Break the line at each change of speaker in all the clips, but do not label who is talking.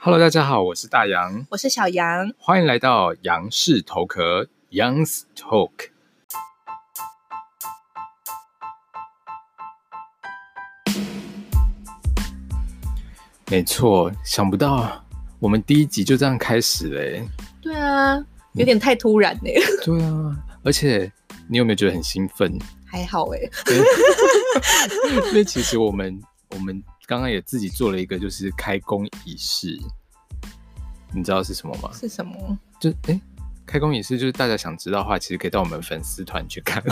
Hello，大家好，我是大杨，
我是小杨。
欢迎来到杨氏头壳 Young's Talk。没错，想不到我们第一集就这样开始嘞、
对啊，
嗯
有点太突 然呢、
对啊，而且你有没有觉得很兴奋？
还好哎、
因为其实我们我们刚刚也自己做了一个就是开工仪式，你知道是什么吗？
是什么？
就哎、诶开工仪式就是大家想知道的话，其实可以到我们粉丝团去 看，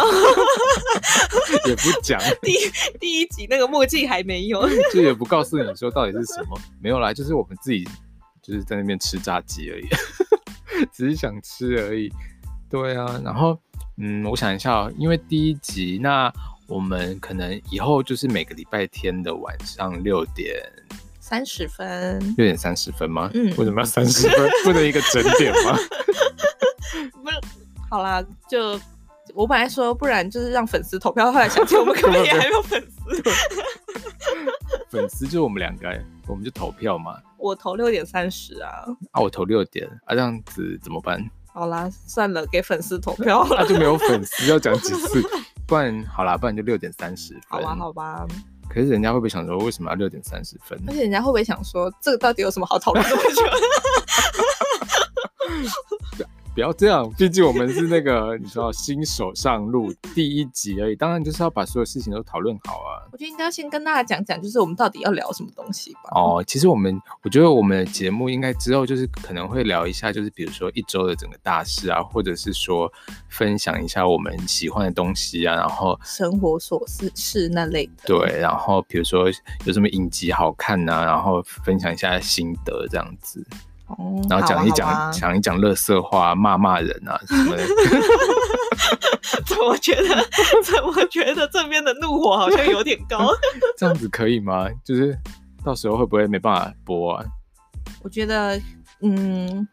也不讲，
第 第一集那个墨镜还没有，
就也不告诉你说到底是什么，没有啦，就是我们自己就是在那边吃炸鸡而已，只是想吃而已。对啊，然后嗯，我想一下、哦，因为第一集那我们可能以后就是每个礼拜天的晚上六点
三十分，
六点三十分吗？
嗯
为什么要三十分？不能一个整点吗？
不是？好啦，就我本来说，不然就是让粉丝投票，后来想起我们根 本也还没有粉丝。
粉丝就是我们两个欸，我们就投票嘛。
我投六点三十啊，
啊，我投六点啊，这样子怎么办？
好啦，算了，给粉丝投票好
那、
了。
就没有粉丝，要讲几次？不然好啦，不然就六点三十分。
好吧，好吧，
可是人家会不会想说，为什么要六点三十分？
而且人家会不会想说，这个到底有什么好讨 论这么久？
不要这样，毕竟我们是那个你知道新手上路第一集而已，当然就是要把所有事情都讨论好啊。
我觉得应该要先跟大家讲讲，就是我们到底要聊什么东西吧。
哦，其实我们我觉得我们的节目应该之后就是可能会聊一下，就是比如说一周的整个大事啊，或者是说分享一下我们喜欢的东西啊，然后
生活琐事事那类的。
对，然后比如说有什么影集好看呐、然后分享一下心得这样子，
哦，
然后
好啊
讲一讲、
好啊
讲一讲乐色话、骂骂人啊什 么的。
怎么觉得？怎么觉得这边的怒火好像有点高？
这样子可以吗？就是到时候会不会没办法播啊？
我觉得，嗯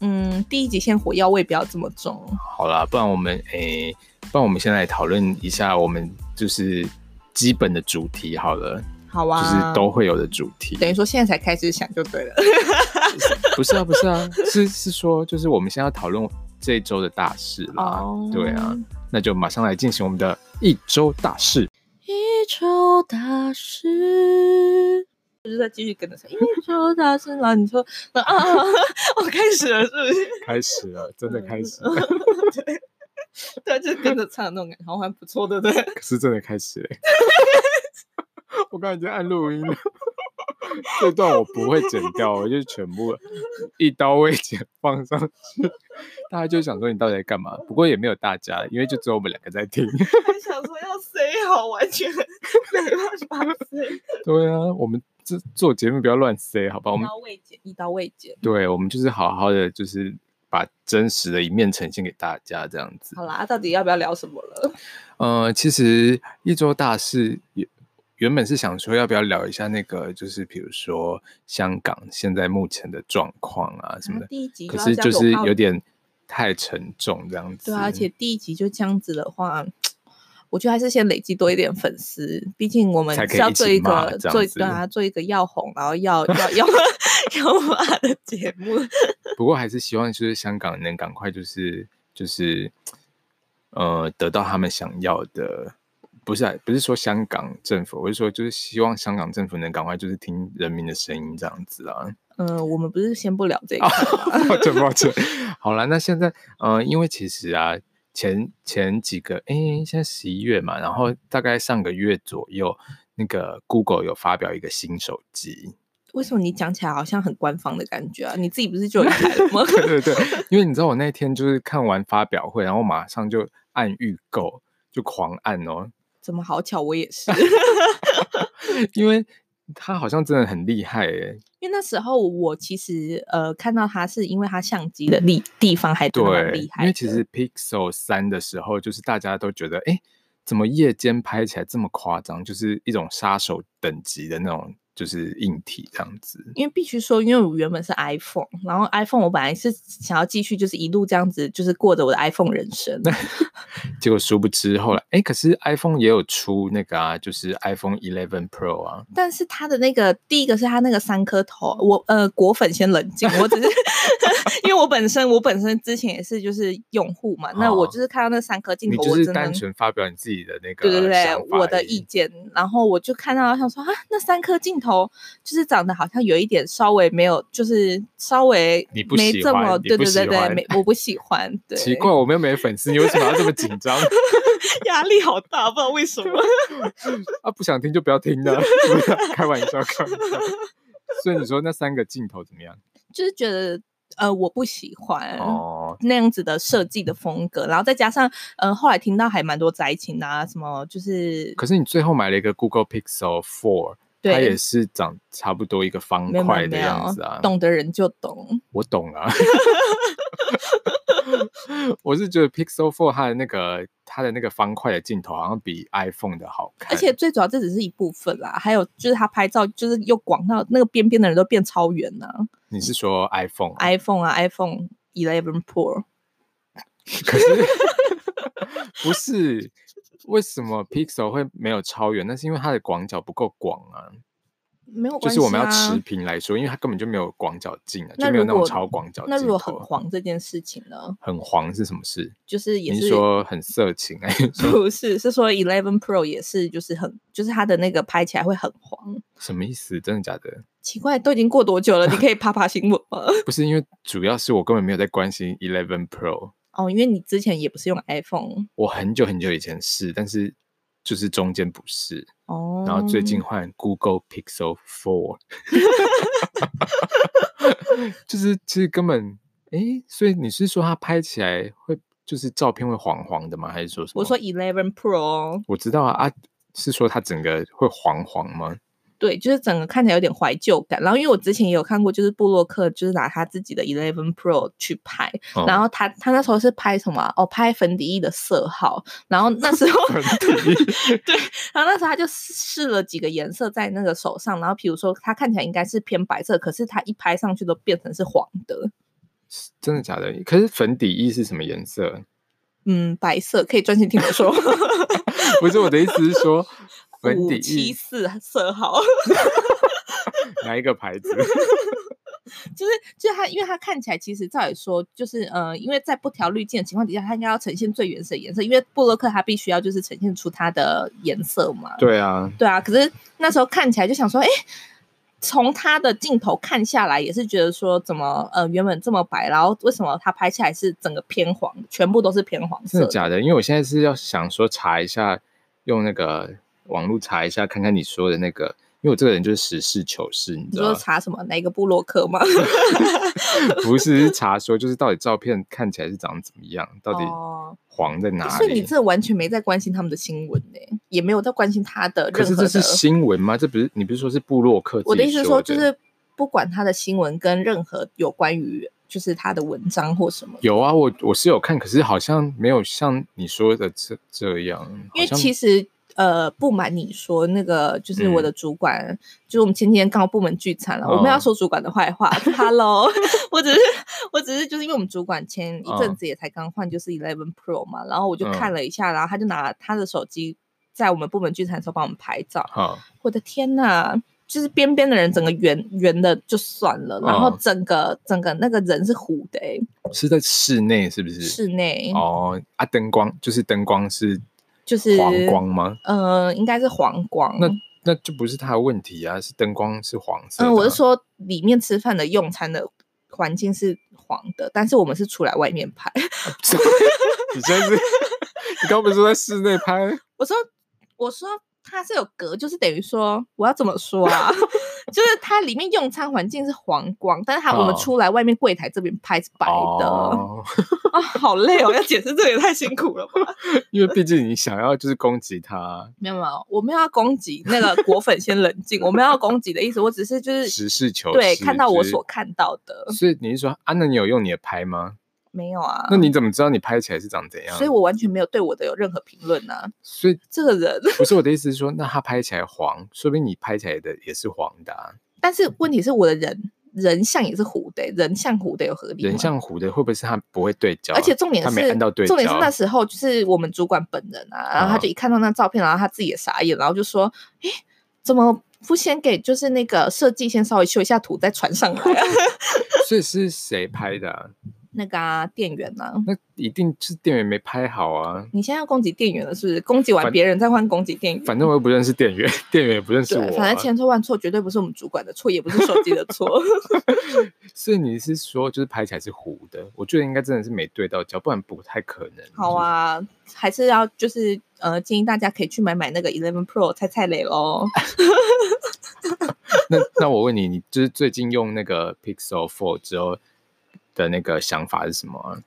嗯，第一集先火药味不要这么重。
好啦，不然我们诶、不然我们先来讨论一下我们就是基本的主题好了，
好
就
啊，
是都会有的主题。
等于说现在才开始想就对了。
不是啊，不是啊，是是说就是我们现在要讨论这一周的大事啦。
哦
对啊，，那就马上来进行我们的一周大事。
一周大事。就是再继续跟着唱一周大事，然后你说啊啊，啊 我开始了，是不是？
开始了，真的开始了，
对，对，就是跟着唱的那种感觉，好像还不错，对不对？
可是真的开始了 欸。我刚才已经按录音了，这段我不会剪掉，我就全部一刀未剪放上去。大家就想说你到底在干嘛？不过也没有大家，因为就只有我们两个在听。
还想说要 say 好，完全没办法 say，
对啊，我们这做节目不要乱 say，好吧？我
一
们
刀未剪，一刀未剪。
对，我们就是好好的，就是把真实的一面呈现给大家，这样子。
好啦，啊到底要不要聊什么了？
呃，其实一周大事也原本是想说要不要聊一下那个，就是比如说香港现在目前的状况啊什么的，
第一集
可
要
是就
这样
是
子我怕
有点太沉重这样子。
对啊，而且第一集就这样子的话。我觉得还是先累积多一点粉丝，毕竟我们
才可以
是要
一
做
起
一
骂
个
这样
做一
子
对啊，做一个要红，然后要 要要要骂的节目。
不过还是希望就是香港能赶快就是就是呃得到他们想要的。不是、啊，不是说香港政府，我是说，就是希望香港政府能赶快就是听人民的声音这样子啊。
嗯，我们不是先不聊这个
哦
吗，
抱歉抱歉。好了，那现在呃，因为其实啊，前前几个诶，现在十一月嘛，然后大概上个月左右，那个 Google 有发表一个新手机，
为什么你讲起来好像很官方的感觉啊？你自己不是就有一台了吗？
对对对，因为你知道我那天就是看完发表会，然后马上就按预购，就狂按哦，
怎么好巧，我也是。
因为它好像真的很厉害诶、
因为那时候我其实呃看到它是因为它相机的地地方还真的蛮
对
厉，害的，
因为其实 Pixel 三的时候，就是大家都觉得，哎，怎么夜间拍起来这么夸张？就是一种杀手等级的那种，就是硬体这样子。
因为必须说，因为我原本是 iPhone，然后 iPhone 我本来是想要继续就是一路这样子，就是过着我的 iPhone 人生。
结果殊不知后来，哎，可是 iPhone 也有出那个啊，就是 iPhone 11 Pro 啊，
但是它的那个第一个是它那个三颗头，我呃果粉先冷静，我 只是因为我本身我本身之前也是就是用户嘛，那我
哦
就是看到那三颗镜
你
头，
就
哎我
是
真
单
的。
纯发表你自己的那个
对对对
想，法
我的
而已
意见，然后我就看到想说啊，那三颗镜头就是长得好像有一点稍微没有，就是稍微
你不
没
喜
这
欢
么
你
对
不
对对
喜
对，
欢
没我不喜 欢，对，
奇怪，我们又没粉丝，你为什么要这么紧张
压力好大，不知道为什么。
啊？不想听 就不要听了，开玩笑，开玩笑。所以你说那三个镜头怎么样？
就是觉得呃我不喜欢。
哦，
那样子的设计的风格，然后再加上，呃，后来听到还蛮多灾情的啊，什么就是
可是你最后买了一个 Google Pixel Four，它
对
也，是长差不多一个方
没有没
块
有
的
没
样
有
子啊。
懂的人就懂，
我懂 啊。我是觉得 Pixel Four 它的那个它的那个方块的镜头好像比 iPhone 的好看，
而且最主要这只是一部分啦，还有就是他拍照就是又广到那个边边的人都变超远了、
你是说 iPhone？
i p h o n e 啊，iPhone Eleven Pro，
可是不是为什么 Pixel 会没有超远？那是因为它的广角不够广啊，
没有
就
关系、啊，
是我们要持平来说，因为它根本就没有广角镜啊，
那
就没有那种
如果
超广角镜头。
那如果很黄这件事情呢，
很黄是什么事？
就是也
你
是
是说很色情 还是说
不是，是说 Eleven Pro 也是，就是很，就是它的那个拍起来会很黄。
什么意思？真的假的？
奇怪，都已经过多久了？你可以爬爬新闻吗？
不是因为主要是我根本没有在关心 Eleven Pro，
哦，因为你之前也不是用 iPhone
我很久很久以前是，但是就是中间不是，
哦，
然后最近换 Google Pixel Four，就是其实根本诶，所以你是说它拍起来会就是照片会黄黄的吗？还是说什么？
我说 Eleven Pro，哦
我知道啊啊，是说它整个会黄黄吗？
对，就是整个看起来有点怀旧感。然后因为我之前也有看过，就是布洛克就是拿他自己的 Eleven Pro 去拍，
哦
然后他他那时候是拍什么啊？哦，拍粉底液的色号。然后那时候
粉底液
对，然后那时候他就试了几个颜色在那个手上，然后比如说他看起来应该是偏白色，可是他一拍上去都变成是黄的，
真的假的？可是粉底液是什么颜色？
嗯，白色可以专心听我说。
不是我的意思是说粉
五
底
七
液
四色号，
哪一个牌 子？
就是就是它，因为它看起来其实照理说，就是呃，因为在不调滤镜的情况底下，它应该要呈现最原始的颜色，因为布洛克它必须要就是呈现出它的颜色嘛。
对啊，
对啊，可是那时候看起来就想说，哎，从他的镜头看下来，也是觉得说，怎么呃原本这么白，然后为什么他拍起来是整个偏黄，全部都是偏黄
真
色
的
的？
假的？因为我现在是要想说查一下，用那个网络查一下，看看你说的那个，因为我这个人就是实事求是，你
你
知道
说
吗？
查什么哪一个布洛克吗？
不是是查说，就是到底照片看起来是长怎么样， 到底
哦
黄在哪里？
所以你这完全没在关心他们的新闻呢、也没有在关心他的
可
任
是
何
这
的。
是新闻吗？这不是你不是说是布洛克？
我的意思是
说
说，
的，
就是不管他的新闻跟任何有关于就是他的文章或什么，
有啊，我我是有看，可是好像没有像你说的这这样，
因为
好像
其实呃，不瞒你说，那个就是我
嗯
的主管，就是我们前几天刚好部门聚餐了，我们要
哦
说主管的坏话，Hello，我 只是我只是就是因为我们主管前一阵
嗯
子也才刚换就是 Eleven Pro 嘛，然后我就
嗯
看了一下，然后他就拿他的手机在我们部门聚餐的时候帮我们拍照，
哈，
我的天呐！就是边边的人，整个圆圆的就算了，然后
嗯
整个、整个那个人是糊的、欸，
是在室内是不是？
室内、
哦啊，灯光就是灯光是
就是
黄光吗？
呃，应该是黄光。
那那就不是他的问题啊，是灯光是黄色的啊、
嗯，我是说里面吃饭的用餐的环境是黄的，但是我们是出来外面拍。
你现在是，你刚不是说在室内拍？
我说，我说它是有隔，就是等于说我要怎么说啊？ 就是它里面用餐环境是黄光，但是它我们
哦
出来外面柜台这边拍是白的、
哦，
啊，好累哦，要解释这个也太辛苦了吧？
因为毕竟你想要就是攻击啊他，
没有没有，我们要攻击那个果粉先冷静，我们要攻击的意思，我只是就是
实事求是。
对看到我
就是
所看到的，
所以你是说啊？那你有用你的拍吗？
没有啊。
那你怎么知道你拍起来是长怎样？
所以我完全没有对我的有任何评论呐、
所以
这个人，
不是我的意思是说，那他拍起来黄，说不定你拍起来的也是黄的、啊。
但是问题是我的人人像也是糊的欸、人像糊的有合理吗
人像糊的会不会是他不会对焦？
而且重点
他
是
没按到对焦，
重点是那时候就是我们主管本人啊，然后他就一看到那照片，然后他自己也傻眼，然后就说：“诶，怎么不先给就是那个设计先稍微修一下图再传上来、 啊？”
所以是谁拍的、啊？
那个啊，店员呢、啊？
那一定是店员没拍好啊。
你现在要攻击店员了，是不是？攻击完
反
别人再换攻击店员，
反正我又不认识店员，店员也不认识我、
对，
啊。
反正千错万错绝对不是我们主管 的错，也不是手机的错。
所以你是说，就是拍起来是糊的？我觉得应该真的是没对到焦，不然不太可能。
好，啊，还是要就是呃，建议大家可以去买买那个 Eleven Pro 菜菜雷喽。
那那我问你，你就是最近用那个 Pixel Four 之后的那个想法是什么啊、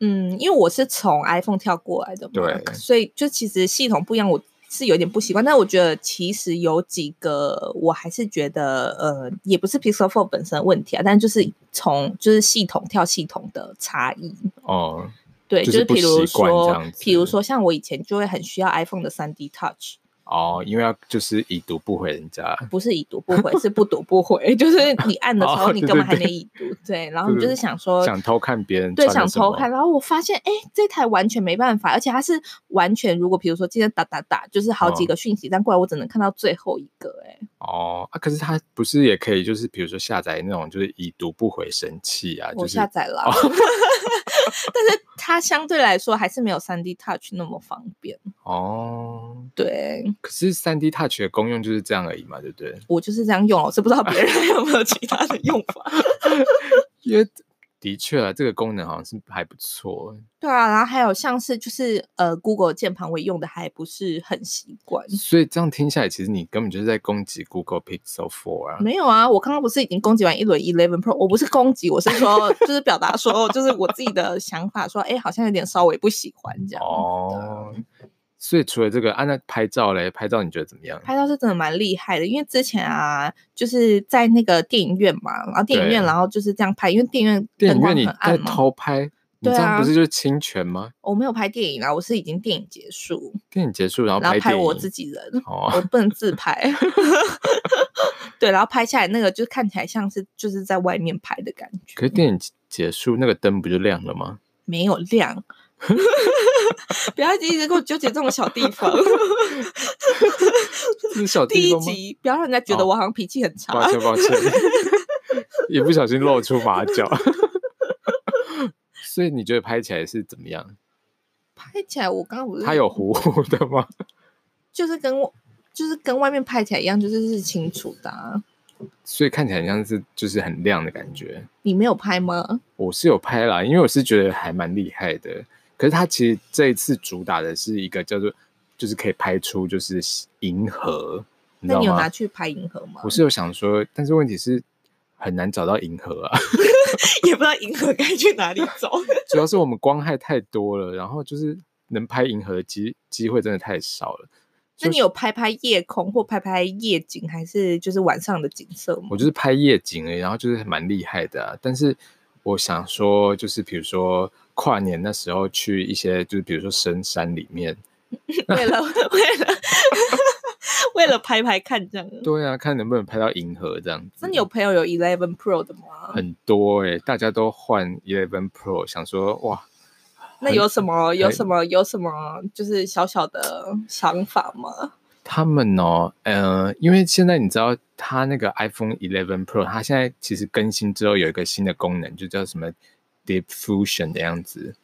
嗯，因为我是从 iPhone 跳过来的嘛，
对
所以就其实系统不一样，我是有点不习惯。但我觉得其实有几个，我还是觉得呃，也不是 Pixel Four 本身的问题啊，但就是从就是系统跳系统的差异。
哦，
对，
就
就是是
不
比如
习惯这
说
样，子
比如说像我以前就会很需要 iPhone 的三 D Touch，
哦，因为要就是已读不回人家，
不是已读不回，是不读不回， 就是你按的时候
哦
你
对
根
对
本还
对
没已读，对，然后你
对
就
对
是想说
想偷看别人
对，
穿
想
了什
偷
么
看，然后我发现，哎，这台完全没办法，而且它是完全，如果比如说今天打打打，就是好几
哦
个讯息，但过来我只能看到最后一个、诶哎，
哦啊，可是它不是也可以，就是比如说下载那种就是已读不回神器啊，
我
就是
下载了 啊， 但是它相对来说还是没有三 D Touch 那么方便。
哦，
对
可是三 D Touch 的功用就是这样而已嘛，对不对？
我就是这样用，我是不知道别 人有没有其他的用法。
因为的确啊，这个功能好像是还不错，
对啊，然后还有像是就是呃，Google 键盘我也用的还不是很习惯。
所以这样听下来，其实你根本就是在攻击 Google Pixel 4啊。
没有啊，我刚刚不是已经攻击完一轮 Eleven Pro，我不是攻击，我是 说就是表达说，就是我自己的想法，说哎，好像有点稍微不喜欢这样。
哦，所以除了这个，啊，那拍照嘞，拍照你觉得怎么样？
拍照是真的蛮厉害的，因为之前啊，就是在那个电影院嘛，然后电影院，
对
然后就是这样拍，因为电影院
电
灯
影
光
院你
很
在
暗嘛。
偷拍，你
对
这样
啊
不是就是侵权吗？
哦我没有拍电影啦，我是已经电影结束，
电影结束然后
然后
哦拍
拍
电影，
我自己人，我
哦，
不能自 拍。对，然后拍下来那个就看起来像是就是在外面拍的感觉。
可是电影结结束那个灯不就亮了吗？
没有 亮。不要一直跟我纠结这种小地 方。
这是小
第
地
一
方吗？
集不要让人家觉得
哦
我好像脾气很差。
抱歉抱 歉，一不小心露出马脚。 所以你觉得拍起来是怎么样？
拍起来我刚刚不是
它有糊糊的吗？
就是跟我就是跟外面拍起来一样，就是是清楚的、啊。
所以看起来很像是就是很亮的感觉。
你没有拍吗？
我是有拍啦，因为我是觉得还蛮厉害的。可是它其实这一次主打的是一个叫做，就是可以拍出就是银河，你知
那
道
你有拿
吗？
去拍银河吗
我？是有想说，但是问题是很难找到银河啊，
也不知道银河该去哪里走。
主要是我们光害太多了，然后就是能拍银河的机机会真的太少了。
那你有拍拍夜空或拍拍夜景，还是就是晚上的景色吗
我？就是拍夜景而已，然后就是蛮厉害的啊、但是我想说，就是比如说跨年那时候去一些，就是比如说深山里面，
为了 为了为了拍拍看这样。
对啊，看能不能拍到银河这样子。
那你有朋友有 Eleven Pro 的吗？
很多哎、大家都换 Eleven Pro，想说哇，
那有什么有
很
什么有什么就是小小的想法吗？
他们哦，呃，因为现在你知道，它那个 iPhone 11 Pro，它现在其实更新之后有一个新的功能，就叫什么 Deep Fusion 的样子，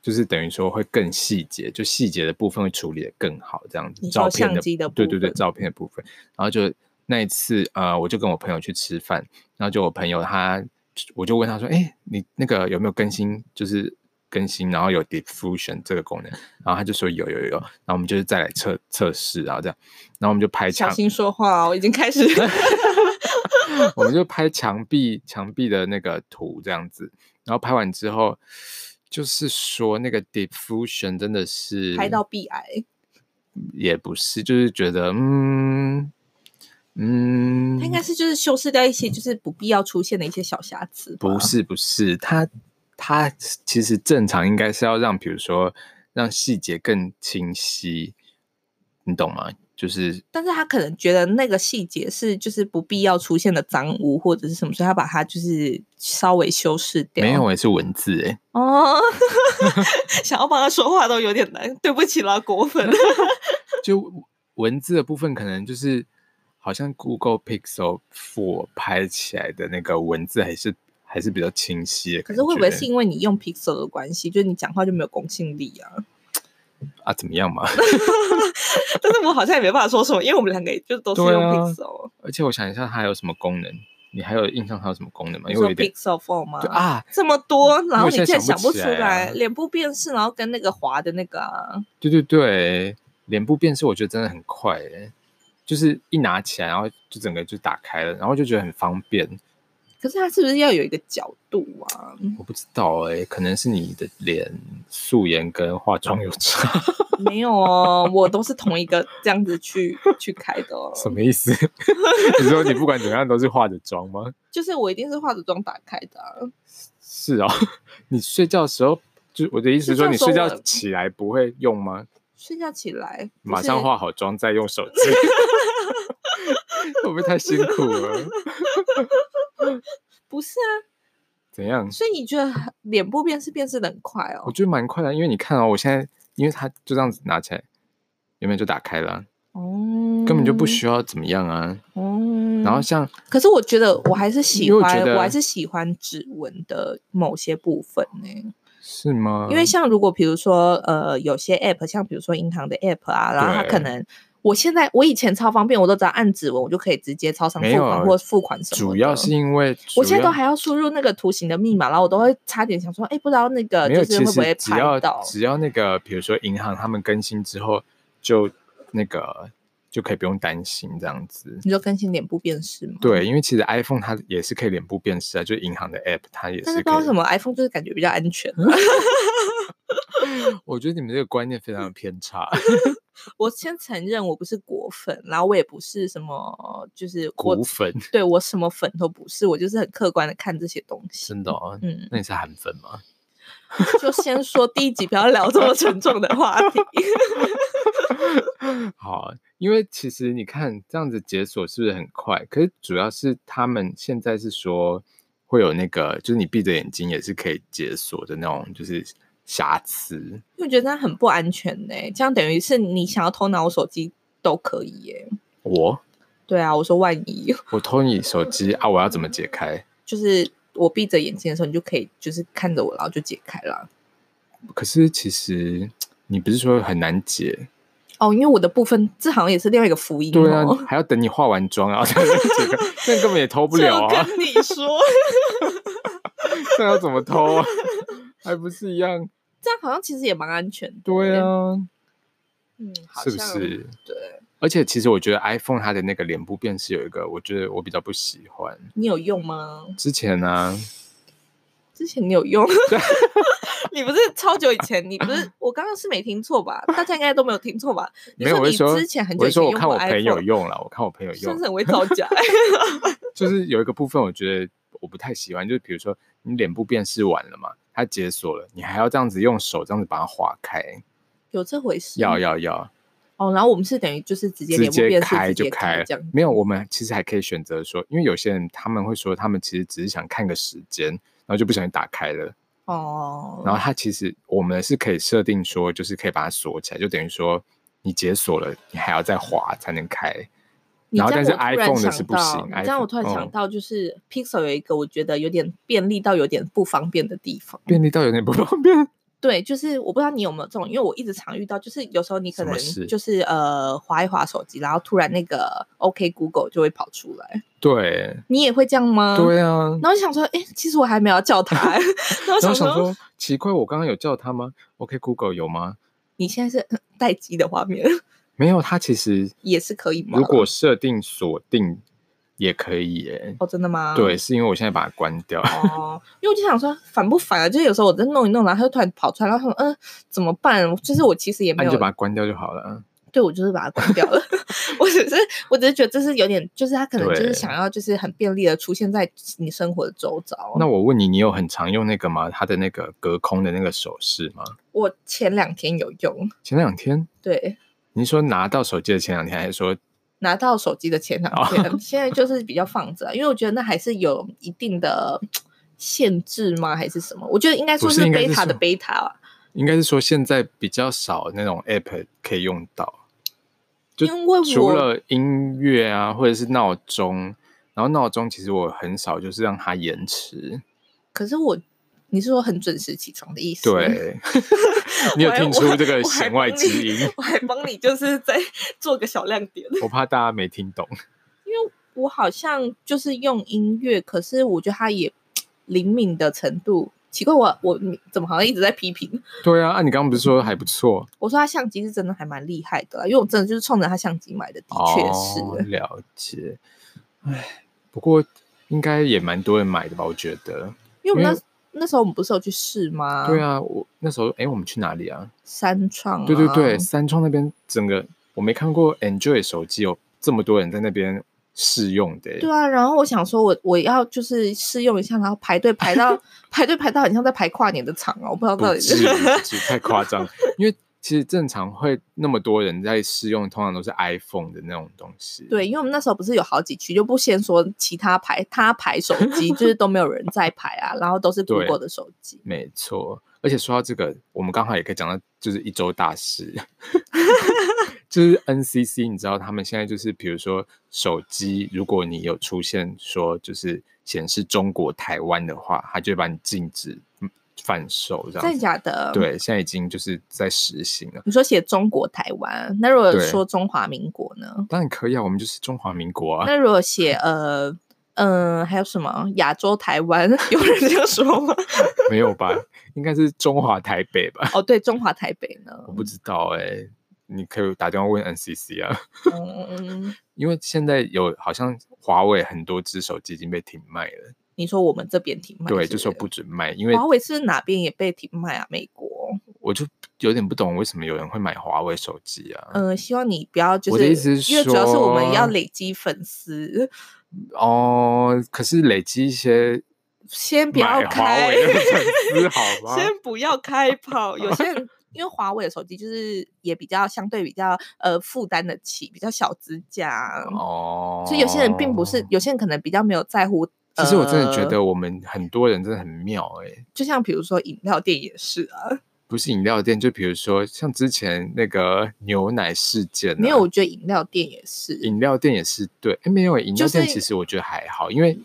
就是等于说会更细节，就细节的部分会处理的更好，这样子。
你说
照片
相机的部
对对对，
分
照片的部分。然后就那一次，呃，我就跟我朋友去吃饭，然后就我朋友他，我就问他说，哎，你那个有没有更新？就是更新，然后有 Deep Fusion 这个功能，然后他就说有有有有，然后我们就是再来测测试，啊然后这样，然后我们就拍
小
墙，
心说话哦，已经 开始
我们就拍墙壁墙壁的那个图这样子，然后拍完之后，就是说那个 diffusion 真的是
拍到鼻癌。
也不是，就是觉得嗯嗯，
它应该是就是修饰掉一些就是不必要出现的一些小瑕疵吧。
不是不是，它它其实正常应该是要让，比如说让细节更清晰，你懂吗？就是
但是他可能觉得那个细节是就是不必要出现的脏污或者是什么，所以他把它就是稍微修饰掉。
没有欸也是文字诶、
哦， 想要帮他说话都有点难，对不起啦，果粉。
就文字的部分可能就是好像 Google Pixel Four 拍起来的那个文字还是还是比较清晰的
可
感觉。
是会不会是因为你用 Pixel 的关系，就是你讲话就没有公信力啊？
啊？怎么样嘛？
但是我好像也没办法说什么，因为我们两个也就都是
对
用
啊
Pixel，、
而且我想一下，它还有什么功能？你还有印象它有什么功能吗？
你
因为我
说
有点
Pixel Phone 吗
就？啊，
这么多，然后你
现在
现在
想
想
不
不
起
出
来啊
来，脸部辨识，然后跟那个滑的那个、啊，
对对对，脸部辨识我觉得真的很快诶、就是一拿起来，然后就整个就打开了，然后就觉得很方便。
可是它是不是要有一个角度啊？
我不知道哎、可能是你的脸素颜跟化妆有差，
没有哦，我都是同一个这样子去去开的哦。
什么意思？ 你说你不管怎么样都是化着妆吗？
就是我一定是化着妆打开的啊、
是哦， 你睡觉的时候，就我的意思是说，你睡
睡觉
觉
的时候我
起来不会用吗？
睡觉起来不
马
是
上化好妆再用手 机， 会不会太辛苦了？
不是啊？
怎样？
所以你觉得脸部辨识辨识的很快
我
哦？
觉得蛮快的，因为你看哦，我现在因为它就这样子拿起来，有没有就打开了啊、
哦，
根本就不需要怎么样啊。
哦。
然后像
可是我觉得我还是喜
因为我觉
欢，
得
我还是喜欢指纹的某些部分呢、
嗯是吗？
因为像如果比如说呃，有些 app，像比如说银行的 app 啊，然后它
对
可能我现在我以前超方便，我都只要按指纹，我就可以直接超商
没
付
有啊
款或付款什么
主
的。
要是因为
我现在
主要
都还要输入那个图形的密码，然后我都会差点想说，哎，不知道那个
没有，
就是
其
会不会
实只要
拍到？
只要那个，比如说银行他们更新之后，就那个就可以不用担心这样子。
你就更新脸部辨识吗？。
对，因为其实 iPhone 它也是可以脸部辨识啊，就是银行的 App 它也
但
是
是
可
不知道为什
以。
么 iPhone 就是感觉比较安全。
我觉得你们这个观念非常的偏差。
我先承认我不是果粉，然后我也不是什么，就是我
骨粉
对我什么粉都不是，我就是很客观的看这些东西。
真的哦，
嗯，
那你是韩粉吗？
就先说第一集不要聊这么沉重的话题。
好，因为其实你看这样子解锁是不是很快？可是主要是他们现在是说会有那个，就是你闭着眼睛也是可以解锁的那种，就是瑕疵。
因为我觉得它很不安全呢、这样等于是你想要偷拿我手机都可以耶、
我
对啊，我说万一
我偷你手机啊，我要怎么解开？
就是我闭着眼睛的时候，你就可以就是看着我，然后就解开了。
可是其实你不是说很难解？
哦，因为我的部分这好像也是另外一个福音、哦。
对啊，还要等你化完妆啊，才 能解开，那根本也偷不了啊
就，跟你 说，
那要怎么偷啊？ 还不是一样？
这样好像其实也蛮安全的。
对，啊，
嗯，好
是不
像
是？
对
而且其实我觉得 iPhone 它的那个脸部辨识有一个，我觉得我比较不喜欢。
你有用吗？
之前呢、
之前你有用？ 你不是超久以前？你不是我刚刚是没听错吧？大家应该都没有听错吧？你
没有，我
你
是说
之前很久
我
以
是
前
说我
用
看
过
我朋友
iPhone，
用了，我看我朋友
算
用
是，很会造假。
就是有一个部分我觉得我不太喜欢，就是比如说你脸部辨识完了嘛，它解锁了，你还要这样子用手这样子把它划开，
有这回事？
要要要，
哦，然后我们是等于就是直接
直
脸部
接
辨识
开
直
就
接开
了
这样。
没有，我们其实还可以选择说，因为有些人他们会说他们其实只是想看个时间，然后就不小心打开了。
哦，
然后它其实我们是可以设定说，就是可以把它锁起来，就等于说你解锁了，你还要再滑才能开。
你
然后
这
但
样
是
我突然
iPhone 的
想
是不行
到你这样我突然
iPhone-
想
嗯
到，就是 Pixel 有一个我觉得有点便利到有点不方便的地方。
便利到有点不方便。
对，就是我不知道你有没有这种，因为我一直常遇到，就是有时候你可
什么
能
事
就是呃滑一滑手机，然后突然那个 OK Google 就会跑出来，
对，
你也会这样吗？
对啊。
然后我想说，哎、其实我还没有 叫他、欸然后
然后
想
想
说，
说，奇怪，我刚刚有叫他吗？OK Google 有吗？
你现在是呃待机的画面
没有，它其实
也是可以吗？
如果设定锁定也可以耶。
哦，真的吗？
对，。是因为我现在把它关掉。
哦，因为我就想说烦不烦啊？就是有时候我在弄一弄，然后它就突然跑出来，然后想说，嗯、怎么办？就是我其实也
那
没
你
有
就把它关掉就好了啊。
对我就是把它关掉了。 我只是我只是觉得这是有点，就是他可能就是
对
想要就是很便利的出现在你生活的周遭。
那我问你，你有很常用那个吗？它的那个隔空的那个手势吗？
我前两天有用，
前两天，
对，
你是说拿到手机的前两天，还是说
拿到手机的前两
哦
天， 现在就是比较放着，因为我觉得那还是有一定的限制吗？还是什么？我觉得应该说
不是应该
贝
是
塔的
说
贝塔啊，
应该是说现在比较少那种 app 可以用到？就
因为
除
我
了音乐啊，或者是闹钟，然后闹钟其实我很少就是让它延迟。
可是我。你是说很准时起床的意思？，
对，你有
我还
听出这个
我还
弦外
帮
之
你
音？
我还帮你就是在做个小亮点。
我怕大家没听懂。
我好像就是用音乐，可是我觉得它也灵敏的程度奇怪。我我你怎么好像一直在批评？
对啊，啊，你刚刚不是说还不错？
我说它相机是真的还蛮厉害的啦，因为我真的就是冲着它相机买的，的确是。
哦、了解。哎，不过应该也蛮多人买的吧？我觉得。
因为我们
因
那
为
时那时候我们不是有去试吗？
对，啊，我那时候哎，我们去哪里啊？
三创、啊，
对对对，，三创那边整个我没看过 Android 手机有这么多人在那边试用的、欸
对啊。然后我想说我，我要就是试用一下，然后排队排 到排队排到很像在排跨年的场啊，我不知道到
不
底
至
是
于，不至于太夸张。因为其实正常会那么多人在试用，通常都是 iPhone 的那种东西。
对，因为我们那时候不是有好几区，就不先说其他牌，他牌手机就是都没有人在排啊，然后都是
对
Google 的手机。
没错，而且说到这个，我们刚好也可以讲到，就是一周大 事，就是 NCC，你知道他们现在就是，比如说手机，如果你有出现说就是显示中国台湾的话，它就会把你禁止嗯贩售这
真
样
的
子。
假的？，
对，现在已经就是在实行了。
你说写中国台湾，那如果
对
说中华民国呢？
当然可以啊，我们就是中华民国啊。
那如果写呃嗯、呃还有什么亚洲台湾？ 有人这样说吗？
没有吧？应该是中华台北吧？
哦，对，中华台北呢
我？不知道哎、你可以打电话问 NCC 啊，
嗯，
因为现在有好像华为很多只手机已经被停卖了，
你说我们这边停卖是不
对，
是，
就说不准卖，因为
华为是不是哪边也被停卖啊？美国。
我就有点不懂为什么有人会买华为手机啊。
嗯、希望你不要就
我
是，
的意思是
因为主要是我们
说
要累积粉丝，
哦，可是累积一些
先不要
买华
开，
为的粉丝好吗？
先不要开炮。有些人因为华为的手机就是也比较相对比较呃负担得起，比较小支架，啊
哦，
所以有些人并不是，。有些人可能比较没有在乎。
其实我真的觉
呃
得我们很多人真的很妙哎、
就像比如说饮料店也是啊，
不是饮料店，就比如说像之前那个牛奶事件、啊，
没有，我觉得饮料店也是
饮料店也是对，诶没有饮料店
就是
其实我觉得还好，因为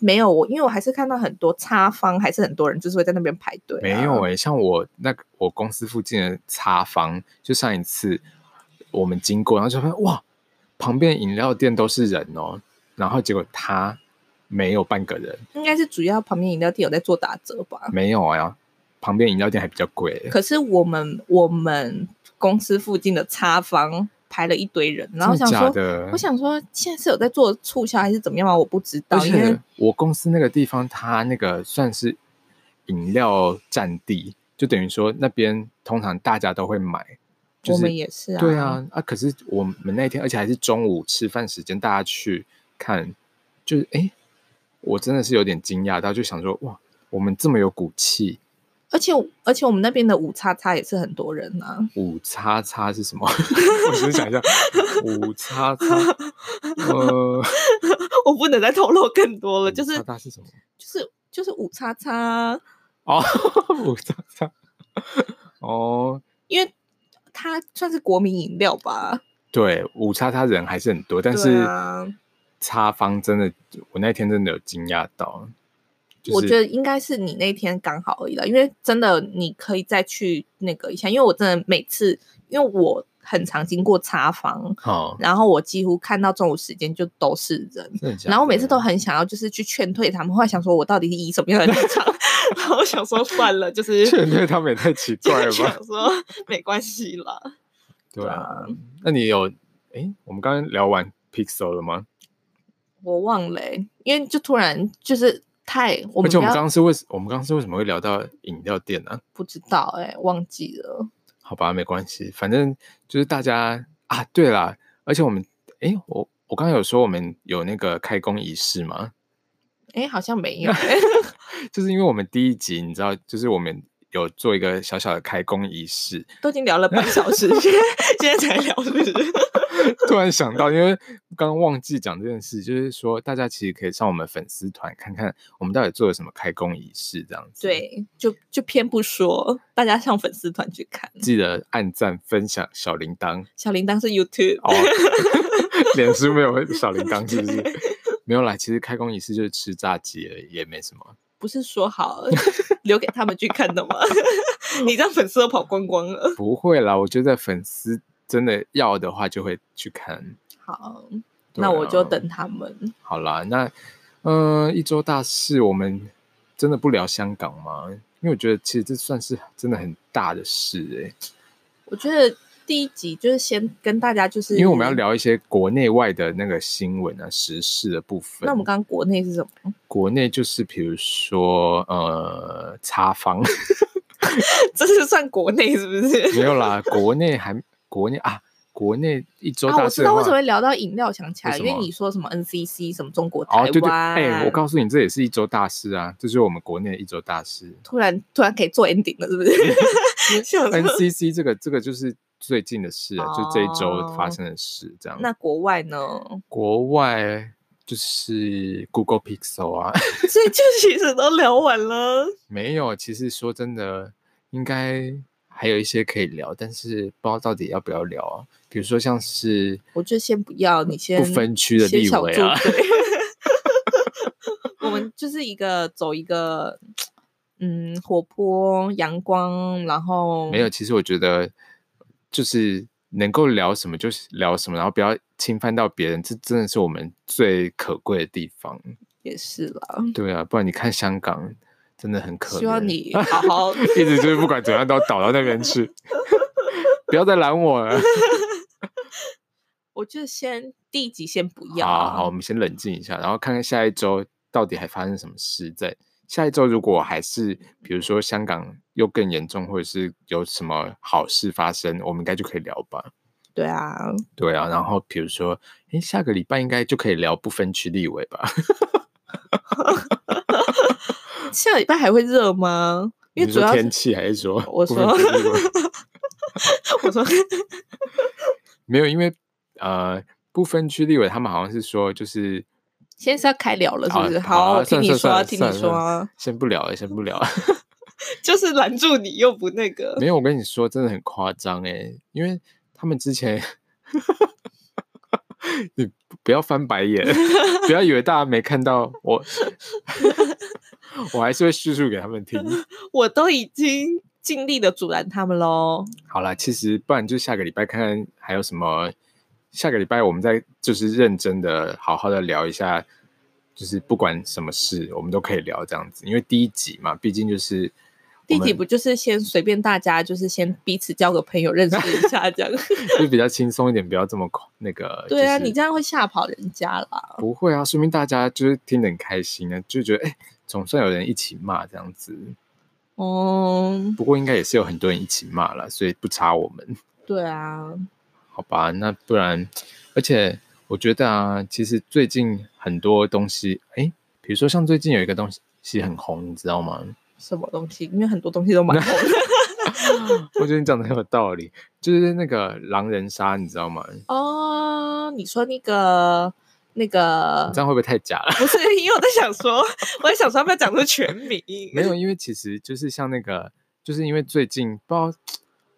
没有我，因为我还是看到很多擦方，还是很多人就是会在那边排队、啊
没有，诶，像我那个我公司附近的茶房，就上一次我们经过，然后就发现哇，旁边饮料店都是人哦，然后结果他没有半个人，
应该是主要旁边饮料店有在做打折吧。
没有啊，旁边饮料店还比较贵诶，
可是我们我们公司附近的擦方排了一堆人，然后
真
想
的
说
假，的
我，想说现在是有在做促销还是怎么样吗？我不知
而
道，因为
且我公司那个地方，它那个算是饮料占地，就等于说那边通常大家都会买，就
我
是
们也是啊，
对，啊，啊，可是我们那天，而且还是中午吃饭时间，大家去看，就是哎、诶我真的是有点惊讶到，就想说哇，我们这么有骨气，
而且而且我们那边的五叉叉也是很多人啊，
五叉叉是什么？ 我只是想一下，五叉叉，呃，
我不能再透露更多了，就是
五叉叉是什么？
就是就是五叉叉，
哦， 五叉叉，哦，
因为它算是国民饮料吧，
对，五叉叉人还是很多，但
对
是
啊
叉方真的，我那天真的有惊讶到，就是、
我觉得应该是你那天刚好而已了，因为真的你可以再去那个一下，因为我真的每次因为我很常经过茶房，
好、
然后我几乎看到中午时间就都是人，
真的假的
然后我每次
啊
都很想要就是去劝退他们，后来想说我到底是以什么样的立场，然后 想说算了， 就是
劝退他们也太奇
就
怪了
是
吧？
想说没关系啦。
对
啊
啊，那你有诶，我们刚刚聊完 Pixel 了吗？
我忘了欸、因为就突然就是太
而
我们
且我
不
们刚
要
刚是为什我们刚刚是为什么会聊到饮料店呢、啊
欸不知道哎、忘记了。
好吧，没关系，反正就是大家啊，对啦，而且我们，诶，我我刚刚有说我们有那个开工仪式吗？
哎，好像 没有。
就是因为我们第一集，你知道，就是我们有做一个小小的开工仪式，
都已经聊了半小时，现在现在才聊，是不是？
突然想到，因为刚刚忘记讲这件事，就是说大家其实可以上我们粉丝团看看我们到底做了什么开工仪式，这样子。，
对，就就偏不说，大家上粉丝团去看。
记得按赞、分享、小铃铛
小铃铛是 YouTube，、
哦。脸书没有小铃铛是不是
对？
没有啦，其实开工仪式就是吃炸鸡而已，也没什么。
不是说好 留给他们去看的吗？ 你让粉丝都跑光光了。
不会啦，我觉得粉丝真的要的话就会去看。
好，
对
那我就
啊
等他们。
好啦，那嗯、呃一周大事我们真的不聊香港吗？因为我觉得其实这算是真的很大的事哎、
我觉得第一集就是先跟大家就是，
因为我们要。聊一些国内外的那个新闻啊、时事的部分。
那我们刚刚国内是什么？
国内就是比如说呃查房
这是算国内是不 是？
没有啦，国内还国内啊，国内一 周
啊，
大
我
事
知
的
道
话、
为什么会聊到饮料，想起来，
为什
因
么啊
为你说什么 NCC 什么中国台湾，
哦，对对，哎、我告诉你，这也是一周大事啊，这就是我们国内的一周大 事。
突然突然可以做 ending 了，是不 是？笑死
NCC 这个这个就是最近的事啊，就这一周发
哦
生的事这样。
那国外 呢？
国外就是 Google Pixel 啊，
所以就其实都聊完了。
没有，其实说真的，应该还有一些可以聊，但是不知道到底要不要聊啊。比如说像是
我就先不要，你先
不分区的
先
立
小
委啊，
住嘴我们就是一个走一个嗯活泼阳光，然后
没有，其实我觉得就是能够聊什么就聊什么，然后不要侵犯到别人，这真的是我们最可贵的地方。
也是啦。
对啊，不然你看香港真的很可怜。
希望你好好
一直就是不管怎样都要倒到那边去， 不要再拦我了。
我就先第一集先不要，
好好，我们先冷静一下，然后看看下一周到底还发生什么事。在下一周，如果还是比如说香港又更严重，或者是有什么好事发生，我们应该就可以聊吧。
对啊，
对啊，然后比如说，诶，下个礼拜应该就可以聊不分区立委吧？
下礼拜还会热吗？因为
你
主
说
要是
天气还是说
我
不分
说
区立委
我说
没有，因为呃，不分区立委他们好像是说就是。
现在是要开聊了，是不是？
好啊
好，
好啊
我
算
听你
算
说啊，
算
听
算
你说啊，
先不聊了，先不聊了。
就是拦住你又不那个
没。有，我跟你说，真的很夸张哎，因为他们之 前，你不不要翻白眼，不要以为大家没看到我， 我还是会叙述给他们听。
我都已经尽力的阻拦他们喽。
好啦，其实不然就下个礼拜看看还有什么，下个礼拜我们再就是认真的、好好的聊一下，就是不管什么事，我们都可以聊这样子，因为第一集嘛，毕竟就是
第
我
一集
们
不就是先随便大家，就是先彼此交个朋友，认识一下这样？
就比较轻松一点，不要这么恐那个。
对啊，
就
你
是
这样会吓跑人家啦。
不会啊，说明大家就是听得很开心啊，就觉得哎、总算有人一起骂这样子。
哦、
不过应该也是有很多人一起骂了，所以不差我们，
对啊，
好吧？那不然，而且我觉得啊，其实最近很多东西，哎，比如说像最近有一个东西很红，你知道吗？
什么东西？因为很多东西都蛮红的
我觉得你讲的很有道理，就是那个狼人杀，你知道吗？
哦。你说那个那个
你这样会不会太假了？
不是？因为我在想说，我在想说要不要讲出全名？
没有，因为其实就是像那个，就是因为最近不知道，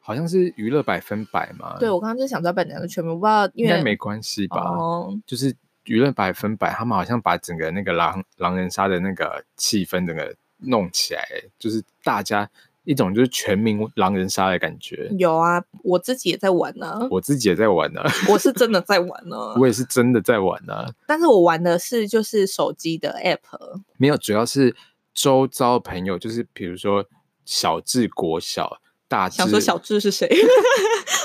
好像是娱乐百分百嘛，
对，我刚刚就想说要不要讲出全名，我不知道因
应该
为
没关系吧？
哦，
就是舆论百分百，他们好像把整个那个狼狼人杀的那个气氛整个弄起来，欸就是大家一种就是全民狼人杀的感觉。
有啊，我自己也在玩呢、
我自己也在玩呢、啊
我是真的在玩呢、
我也是真的在玩呢、啊
但是我玩的是就是手机的 app，
没有，主要是周遭朋友，就是比如说小智国小。大智
想说小智是谁？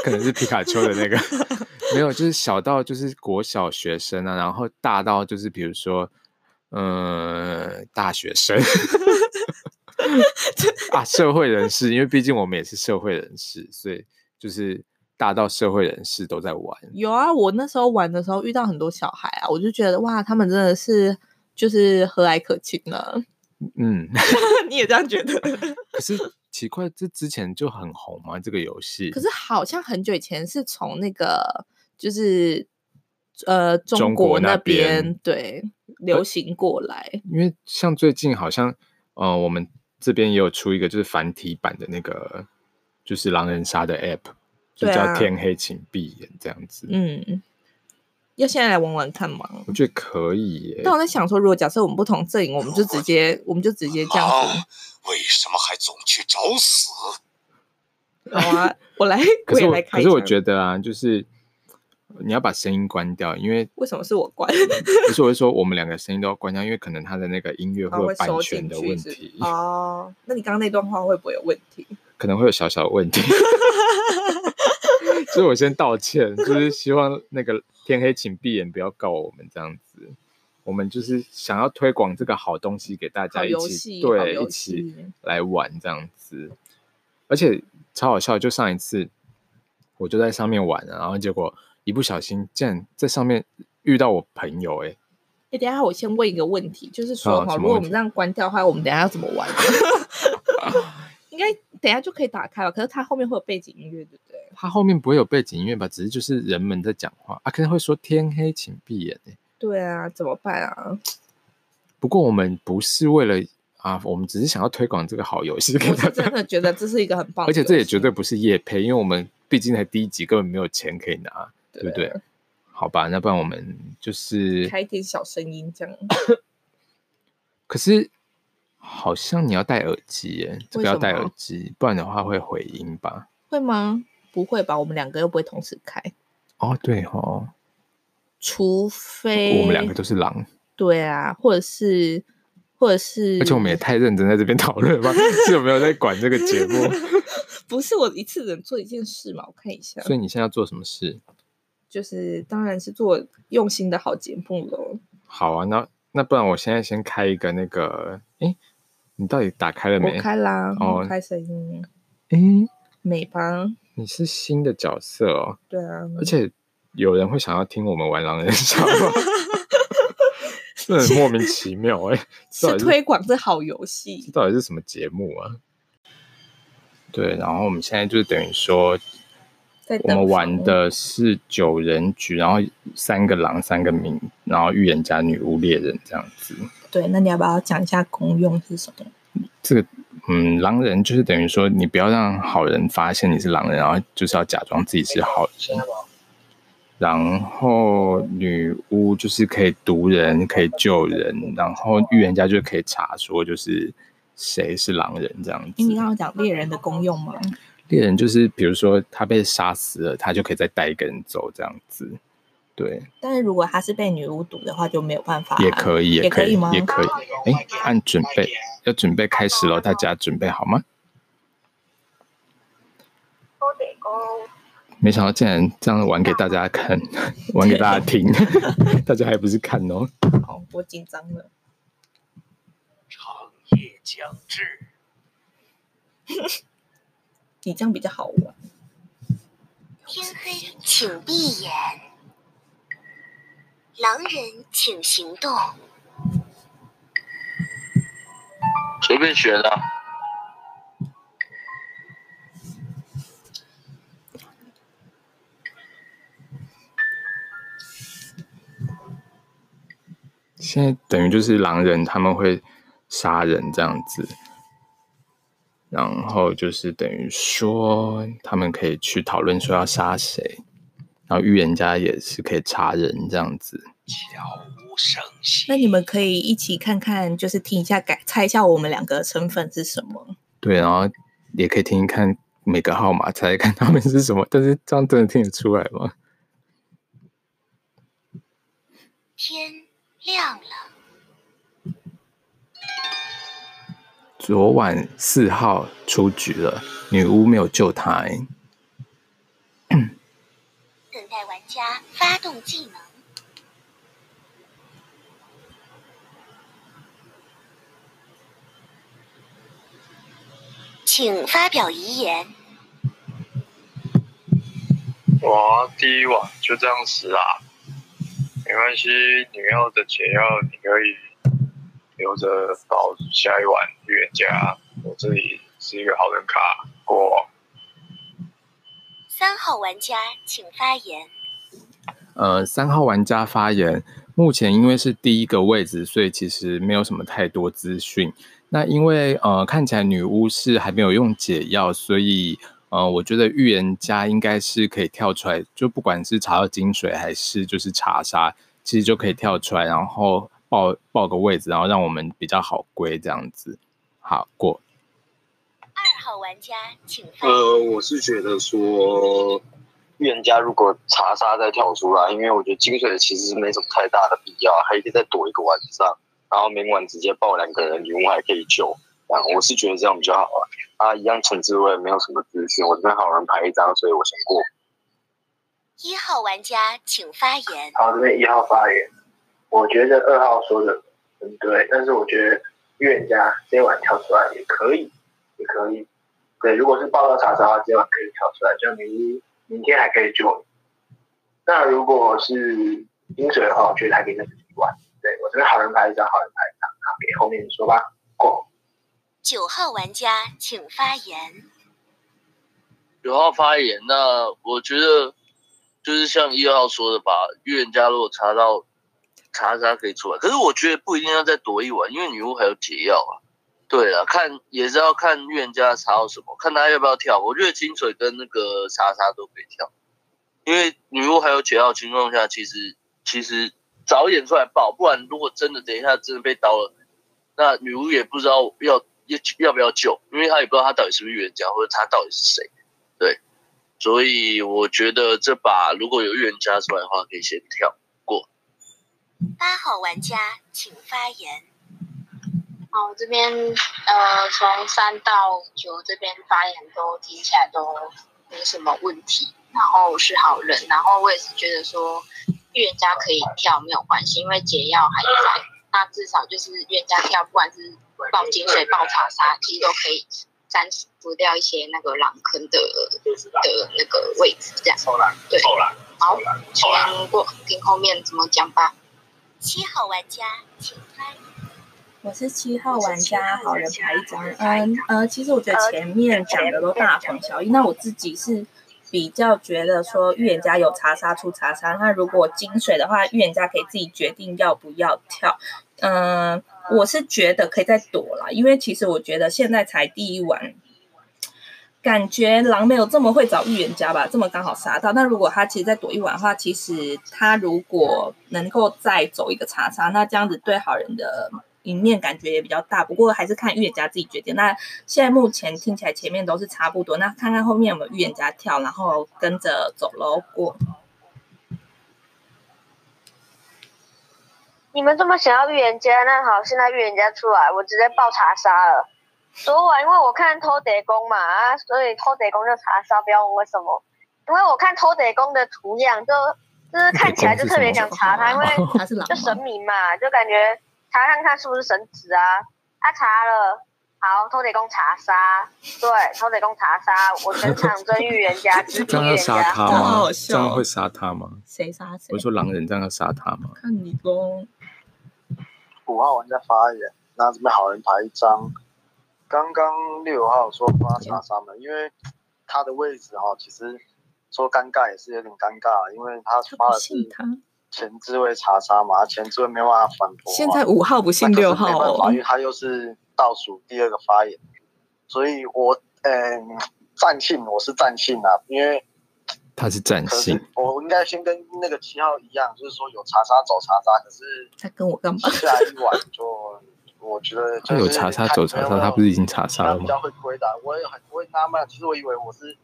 可能是皮卡丘的那个， 没有，就是小到就是国小学生啊，然后大到就是比如说，呃，大学 生啊，社会人士，因为毕竟我们也是社会人士，所以就是大到社会人士都在玩。
有啊，我那时候玩的时候遇到很多小孩啊，我就觉得哇，他们真的是就是和蔼可亲 了。
嗯，
你也这样觉得？
可是奇怪，这之前就很红嘛，这个游戏。
可是好像很久以前是从那个就是呃
中
中
国
国
那
那
边
边对流行过来，
因为像最近好像，呃，我们这边也有出一个就是繁体版的那个，就是狼人杀的 app，就
对
叫
啊
《天黑请闭眼》这样子。
嗯，要现在来玩玩看吗？
我觉得可以耶
但。我在想说，如果假设我们不同阵营，我们就直接我们就直接这样子
啊。为什么还总去找死？
好啊，我来，
可是
也
我
来开
可
一枪。
是我觉得啊，就是你要把声音关掉，因为
为什么是我关？
不是我是说我们两个声音都要关掉，因为可能他的那个音乐
它
会有
会
版
收
权
进
的
去
问
是
题，
哦，那你刚刚那段话会不会有问题？
可能会有小小的问 题。所以我先道歉，就是希望那个天黑请闭眼不要告我们这样子。我们就是想要推广这个好东西给大
好
家一
游
起
戏，好
对一
游
起
戏，
来玩这样子。而且超好笑，就上一次我就在上面玩啊，然后结果一不小心竟然在上面遇到我朋友、欸，哎，
哎、等一下我先问一个问题，就是
好
说哈、
什么
如果
问
我
题
们这样关掉的话，我们等一下要怎么玩？ 应该等一下就可以打开了，可是它后面会有背景音乐，对不对？
他后面不会有背景音乐吧？只是就是人们在讲话啊，可能会说天黑请闭眼、欸。
对啊，怎么办啊？
不过我们不是为了啊，我们只是想要推广这个好游戏给
我
大
是
家，
真的觉得这是一个很棒的
而
游戏，
且这也绝对不是夜配，因为我们毕竟才第一集，根本没有钱可以拿，对不对？好吧，那不然我们就是
啊开一点小声音这样，
可是好像你要戴耳机耶，这个
为
要
什
戴
么
耳机，不然的话会回音吧？
会吗？不会吧？我们两个又不会同时开，
哦，对哦，
除非
我们两个都是狼，
对啊，或者是或者是，
而且我们也太认真在这边讨论了吧？ 是有没有在管这个节目？
不是我一次只能做一件事嘛？我看一下，
所以你现在要做什么事？
就是当然是做用心的好节目喽。
好啊，那那不然我现在先开一个那个，诶，你到底打开了没
我？开啦，
哦
我开声音，
诶，
美吧？
你是新的角色哦，
对啊，
而且有人会想要听我们玩狼人杀吗？ 这很莫名其妙哎、到底是
是推广这好游
这
戏。
到底是什么节目啊？对，然后我们现在就等于说，
在
我们
等
玩
房
的是九人局，然后三个狼，三个民，然后预言家、女巫、猎人这样子。
对，那你要不要讲一下功用是什么？
这个，嗯，狼人就是等于说，你不要让好人发现你是狼人，然后就是要假装自己是好人。然后女巫就是可以毒人，可以救人，然后预言家就可以查说就是谁是狼人这样
诶
子。
哎你刚刚讲猎人的功用吗？
猎人就是，比如说他被杀死了，他就可以再带一个人走这样子，对，
但是如果他是被女巫毒的话，就没有办法。
也可以，
也
可
可
以
以吗，
也可以。哎，按准备，要准备开始喽，大家准备好吗？没想到竟然这样玩给大家看， 玩给大家听， 大家还不是看哦。
好，我紧张了。
长夜将至，
你这样比较好玩。
天黑，请闭眼。狼人，请行动。
随便学的啊，
现在等于就是狼人他们会杀人这样子，然后就是等于说他们可以去讨论说要杀谁，然后预言家也是可以查人这样子。
悄无声息。
那你们可以一起看看，就是听一下改猜一下我们两个的身份是什么。
对，然后也可以听听看每个号码，猜猜看他们是什么。但是这样真的听得出来吗？
天亮了，
昨晚四号出局了，女巫没有救他、欸。
等待玩家发动技能。请发表遗言。
哇，第一碗就这样吃啊，没关系，你要的解药你可以留着保下一碗预言家。我这里是一个好人卡过。
三号玩家请发言。
呃，三号玩家发言，目前因为是第一个位置，所以其实没有什么太多资讯。那因为呃，看起来女巫是还没有用解药，所以呃，我觉得预言家应该是可以跳出来，就不管是查到金水还是就是查杀，其实就可以跳出来，然后报报个位置，然后让我们比较好归这样子。好过，
二号玩家请发言。
呃，我是觉得说，预言家如果查杀再跳出来，因为我觉得金水其实没什么太大的必要，还可以再躲一个晚上，然后明晚直接爆两个人，女巫还可以救。啊，我是觉得这样比较好啊。啊，一样前置位没有什么资讯，我这边好人牌一张，所以我先过。
一号玩家请发言。
好，这边一号发言。我觉得二号说的很对，但是我觉得预言家这一晚跳出来也可以，也可以。对，如果是报道查查的话，这一晚可以跳出来，这样明明天还可以救你。那如果是金水的话，我觉得还可以再一晚。对我这边好人牌一张，好人牌一张，然后给后面说吧。过。
九号玩家请发言。
九号发言，那我觉得就是像一号说的吧，预言家如果查到查查可以出来，可是我觉得不一定要再躲一晚，因为女巫还有解药啊。对啊，看也是要看预言家查到什么，看他要不要跳。我觉得金水跟那个查查都可以跳，因为女巫还有解药的情况下，其实其实早一点出来爆，不然如果真的等一下真的被刀了，那女巫也不知道要要要不要救，因为她也不知道她到底是不是预言家，或者她到底是谁。对，所以我觉得这把如果有预言家出来的话，可以先跳。
八号玩家请发言。
好，我这边呃，从三到九这边发言都听起来都没什么问题，然后是好人，然后我也是觉得说预言家可以跳没有关系，因为解药还在，那至少就是预言家跳，不管是爆金水、爆查杀，其实都可以删除掉一些那个狼坑的的那个位置，这样。对，好，先过听后面怎么讲吧。
七号玩家请发言。
我是七号玩家，好人牌一张。嗯呃，其实我觉得前面讲的都大同小异。那我自己是比较觉得说，预言家有查杀出查杀。那如果金水的话，预言家可以自己决定要不要跳。嗯、我是觉得可以再躲啦，因为其实我觉得现在才第一晚，感觉狼没有这么会找预言家吧，这么刚好杀到。那如果他其实再躲一晚的话，其实他如果能够再走一个查杀，那这样子对好人的赢面感觉也比较大。不过还是看预言家自己决定。那现在目前听起来前面都是差不多，那看看后面有没有预言家跳，然后跟着走喽过。
你们这么想要预言家，那好，现在预言家出来，我直接爆查杀了。昨晚因为我看偷贼公嘛，啊，所以偷贼公就查杀，不要问为什么。因为我看偷贼公的图样，就就是看起来就特别想 查他，因为
他是狼
就神明嘛，就感觉查看看是不是神职啊。他查了，好，偷贼公查杀，对，偷贼公查杀，我全场真预言家，直
这
击
样
预
要
言
杀
家。
他
这样好
吗
好？笑哦
这样会杀他吗？
谁杀谁
我？说狼人这样要杀他吗？
看你喽。
五号玩家发言，那这边好人牌一张。刚刚六号说发查杀门，因为他的位置哈、哦，其实说尴尬也是有点尴尬，因为他
他
发
不
的是
信他。
前置位查杀嘛，前置位没办法反驳嘛。
现在五号不信
那可是
六号
没办法
哦
因。为他又是倒数第二个发言，所以我嗯暂信我是暂信啊，因为
他是战
可
信
是，我应该先跟那个七号一样，就是说有查杀走查杀，可是
他跟我干嘛？
下一晚就 我觉得
他
就是
有查杀走查杀，他不是已经查杀了
比
吗？
较会推的啊，我也很我也纳闷啊，其实我以为我是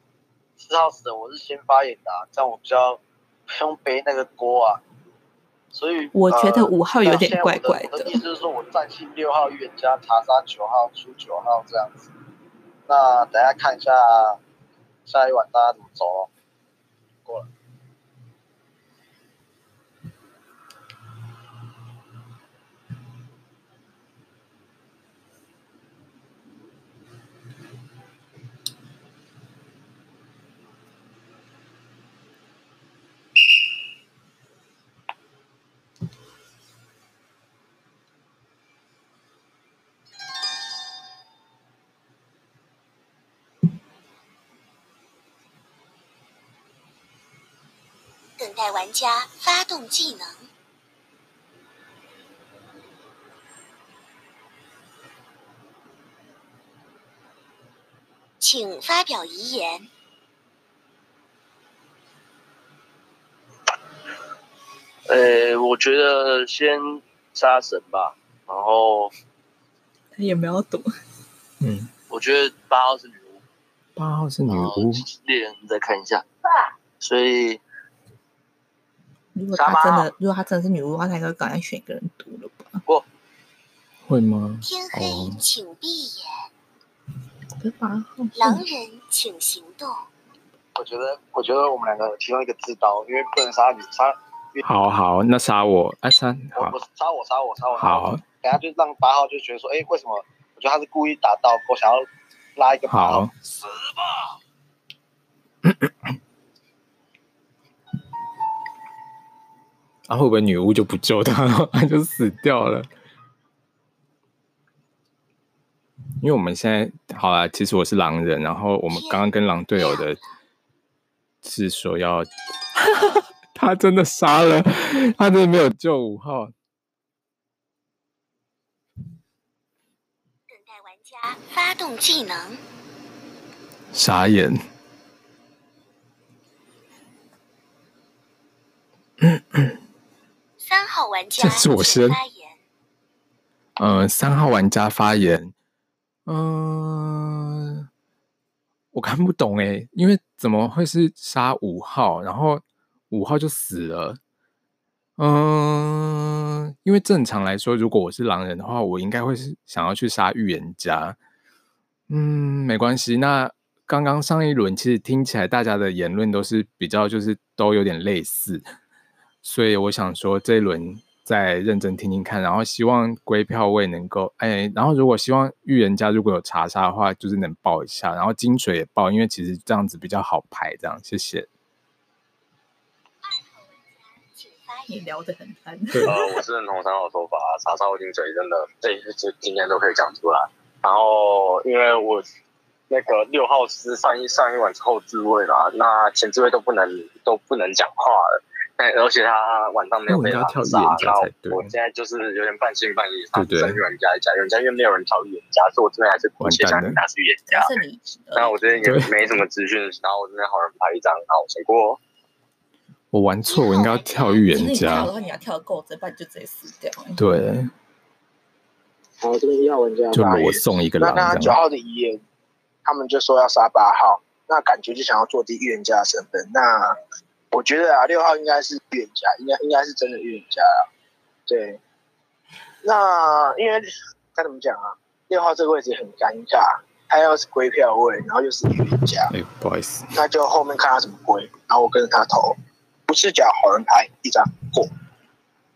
四号死的，我是先发言的、啊，这样我比较不用背那个锅啊。所以
我觉得
呃
五号有点
那现在我
怪
的
怪
我的
的
意思是说，我暂信六号预言家查杀九号出九号这样子。那等一下看一下下一晚大家怎么走哦。过了，
待玩家发动技能。请发表遗言。
呃，我觉得先杀神吧，然后
也没有赌，
嗯，
我觉得八号是女巫，
八号是女
然后
哦
巫，
猎人再看一下
啊，
所以
如果
杀
他
八
真
号
的，如果他真的是女巫的话，他应该赶快选一个人读了吧？
会吗？
天黑
哦，
请闭眼，
可是八号是
狼人请行动。
我觉得，我觉得我们两个其中一个自刀，因为不能杀你，杀
好好，那杀我，哎、杀
我
好
我杀我杀我杀我。
好，
等下就让八号就觉得说，哎，为什么？我觉得他是故意打到，我想要拉一个八号
好，
死吧！
啊会不会女巫就不救他了， 他就死掉了？因为我们现在好啦，其实我是狼人，然后我们刚刚跟狼队友的是说要， 他真的杀了，他真的没有救五号，
等待玩家发动技能。
傻眼。
三号玩家
这是我
请
先
发言。
呃，三号玩家发言，嗯、我看不懂诶，因为怎么会是杀五号，然后五号就死了？嗯、因为正常来说，如果我是狼人的话，我应该会是想要去杀预言家。嗯，没关系。那刚刚上一轮其实听起来大家的言论都是比较就是都有点类似，所以我想说这一轮再认真听听看，然后希望归票位能够哎，然后如果希望预言家如果有查杀的话，就是能报一下，然后金水也报，因为其实这样子比较好排。这样，谢谢。
请发
你
言。
聊得很烂，
呃，我是认同三号说法，啊查哨金嘴真的这一句今天都可以讲出来。然后因为我那个六号是上一上一晚是后置位啦，那前置位都不能都不能讲话了。但而且他晚上没有被
那我应该跳
他
预
杀
言，家
那
才对
我现在就是有点半信半疑，他
对对
真预言家一家，预言家因为没有人找预言家，所以我这边还是不切相信他是预言
只
家
要。是你，呃
那我这边也
对
没什么资讯，然后我这边好人牌一张，然后我先过哦。
我玩错，我应该要跳预
其实
言
你跳
家
的。话，你要跳的够直，不然你就直接死掉。
对，
然后这边一号玩家
就
发言
裸送一个
那
狼
那
这
九
样。
号的遗言，他们就说要杀八号，那感觉就想要做低预言家的身份。那我觉得啊，六号应该是预言家，应该应该是真的预言家啊。对，那因为该怎么讲啊？六号这个位置很尴尬，他要是归票位，然后又是预言家，
哎，不好意思，
那就后面看他怎么归，然后我跟着他投，不是讲好人牌一张过。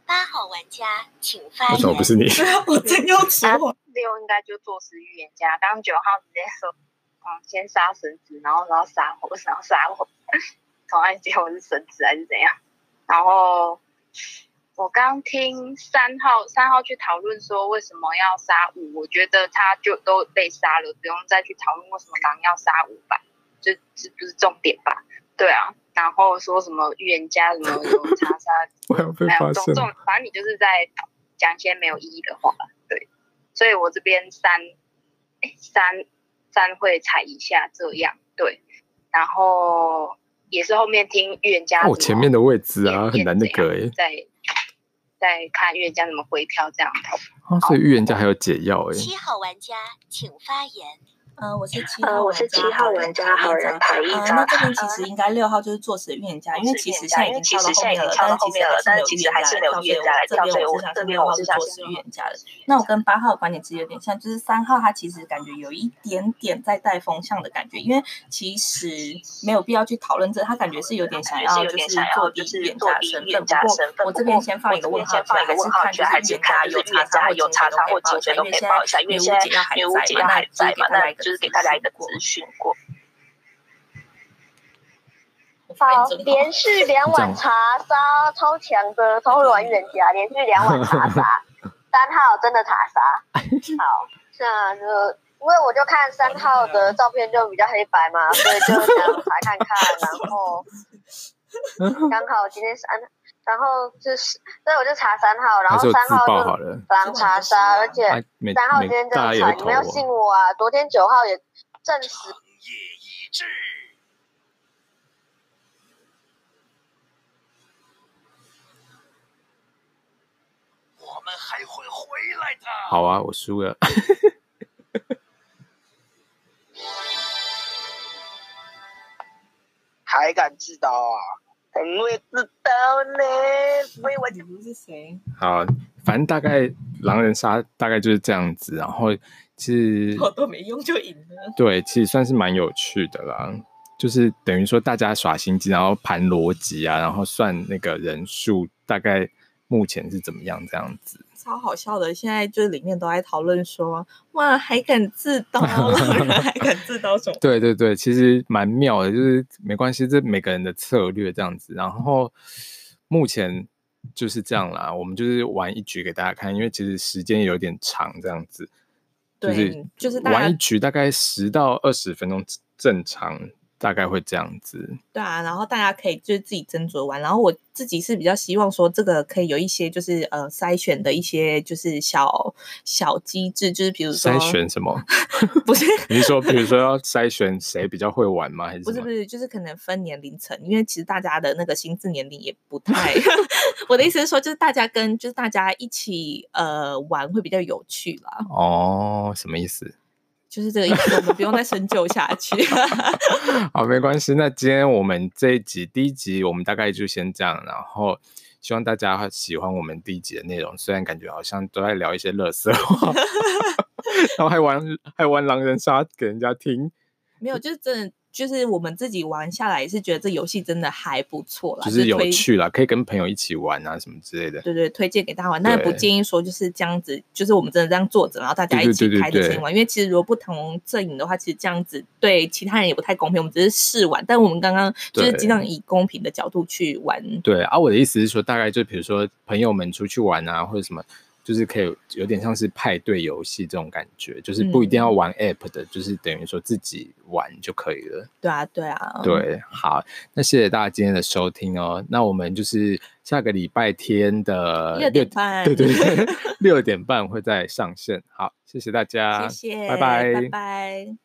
八号玩家请发
为什么
言
不。是你？
我真要说，
六应该就作死预言家，刚刚九号直接说，嗯，先杀神子，然后然后杀我，然后杀我，搞忘记我是神子还是怎样。然后我刚听三号三号去讨论说为什么要杀五，我觉得他就都被杀了，不用再去讨论为什么狼要杀五吧，这这不是重点吧？对啊，然后说什么预言家什么有查 杀
我要被
没有，
发
总
现
总
了。，
反正你就是在讲一些没有意义的话，对。所以我这边三，诶三三会踩一下这样，对。然后也是后面听预言家
那
怎 么，
我哦前面的位置啊，很
演
难那
演怎
个
样
哎。
再再看预言家怎么回票这样。
啊，所以预言家还有解药哎。
七号玩家请发言。
呃，我是七
呃
号玩家，
我是七号 玩家好人牌一
呃
张
那这边其实应该六号就是作死的预言家，因为其实现在已经跳到后面了，但是其实还是没有预言家来跳，所以我这边我是相信六号是作死预言家的。那我跟八号的观点其实有点像，就是三号他其实感觉有一点点在带风向的感觉，因为其实没有必要去讨论这，他感觉是有点想要就是做低预言家的身份。不过我这边先放一个问号，觉得还是看就是预言家有查杀有查杀或精神都可以报一下，因为现在女巫解药还在嘛，那就是给大家一个资讯过。
好，
真好
连续两晚查杀，超强的，超软人家，连续两晚查 杀，三号真的查杀。好，
那
呃，因为我就看三 号的照片就比较黑白嘛，所以就想查看看，然后刚好今天三，然后就是，所以我就查三号，然
还是
后
我
三
自
号
爆好
就
了。
狼查杀，而且
哎，每
三号今
每
天真
大家
的
有
惨，你
投哦
们要
我
信，我啊！昨天九号也证实
长夜已至，我们还会回来的。
好啊，我输了。
还敢自刀啊？很会自刀呢，为我
你们是谁？
好，反正大概狼人杀大概就是这样子，然后其 实
我都没用就赢了。
对，其实算是蛮有趣的啦。就是等于说大家耍心机，然后盘逻辑啊，然后算那个人数，大概目前是怎么样这样子。
超好笑的，现在就是里面都在讨论说，哇，还敢自刀，老人 还敢自刀什么？
对对对，其实蛮妙的，就是没关系，这每个人的策略这样子。然后目前就是这样啦，我们就是玩一局给大家看，因为其实时间也有点长这样子。
对，就是大
玩一
家
局大概十到二十分钟，正常大概会这样子。
对啊，然后大家可以就是自己斟酌玩。然后我自己是比较希望说，这个可以有一些就是呃筛选的一些就是小小机制，就是比如说
筛选什么？
不是
你是说，比如说要筛选谁比较会玩吗？还是
不
什
是
么
不？是，就是可能分年龄层，因为其实大家的那个心智年龄也不太。 我的意思是说，就是大家跟就是大家一起呃玩会比较有趣啦，
哦，什么意思？
就是这个意思，我们不用再深究下去。
好，没关系。那今天我们这一集第一集，我们大概就先这样。然后希望大家喜欢我们第一集的内容，虽然感觉好像都在聊一些乐色 话，然后还玩还玩狼人杀给人家听，
没有，就是真的，就是我们自己玩下来也是觉得这游戏真的还不错啦，
就
就是
有
推
趣啦，可以跟朋友一起玩啊什么之类的。
对对，推荐给大家玩，但是不
对
建议说就是这样子，就是我们真的这样坐着，然后大家
对对
一起
对对
开着
对
声音玩，因为其实如果不同阵营的话，其实这样子对其他人也不太公平。我们只是试玩，但我们刚刚就是
对
尽量以公平的角度去玩。
对啊，我的意思是说，大概就比如说朋友们出去玩啊，或者什么，就是可以有点像是派对游戏这种感觉，就是不一定要
嗯
玩 app 的，就是等于说自己玩就可以了。
对啊，对啊，，
对，好，那谢谢大家今天的收听哦。那我们就是下个礼拜天的
六点半
对对对，六点半会再上线。好，谢谢大家，
谢谢，
拜拜
拜拜。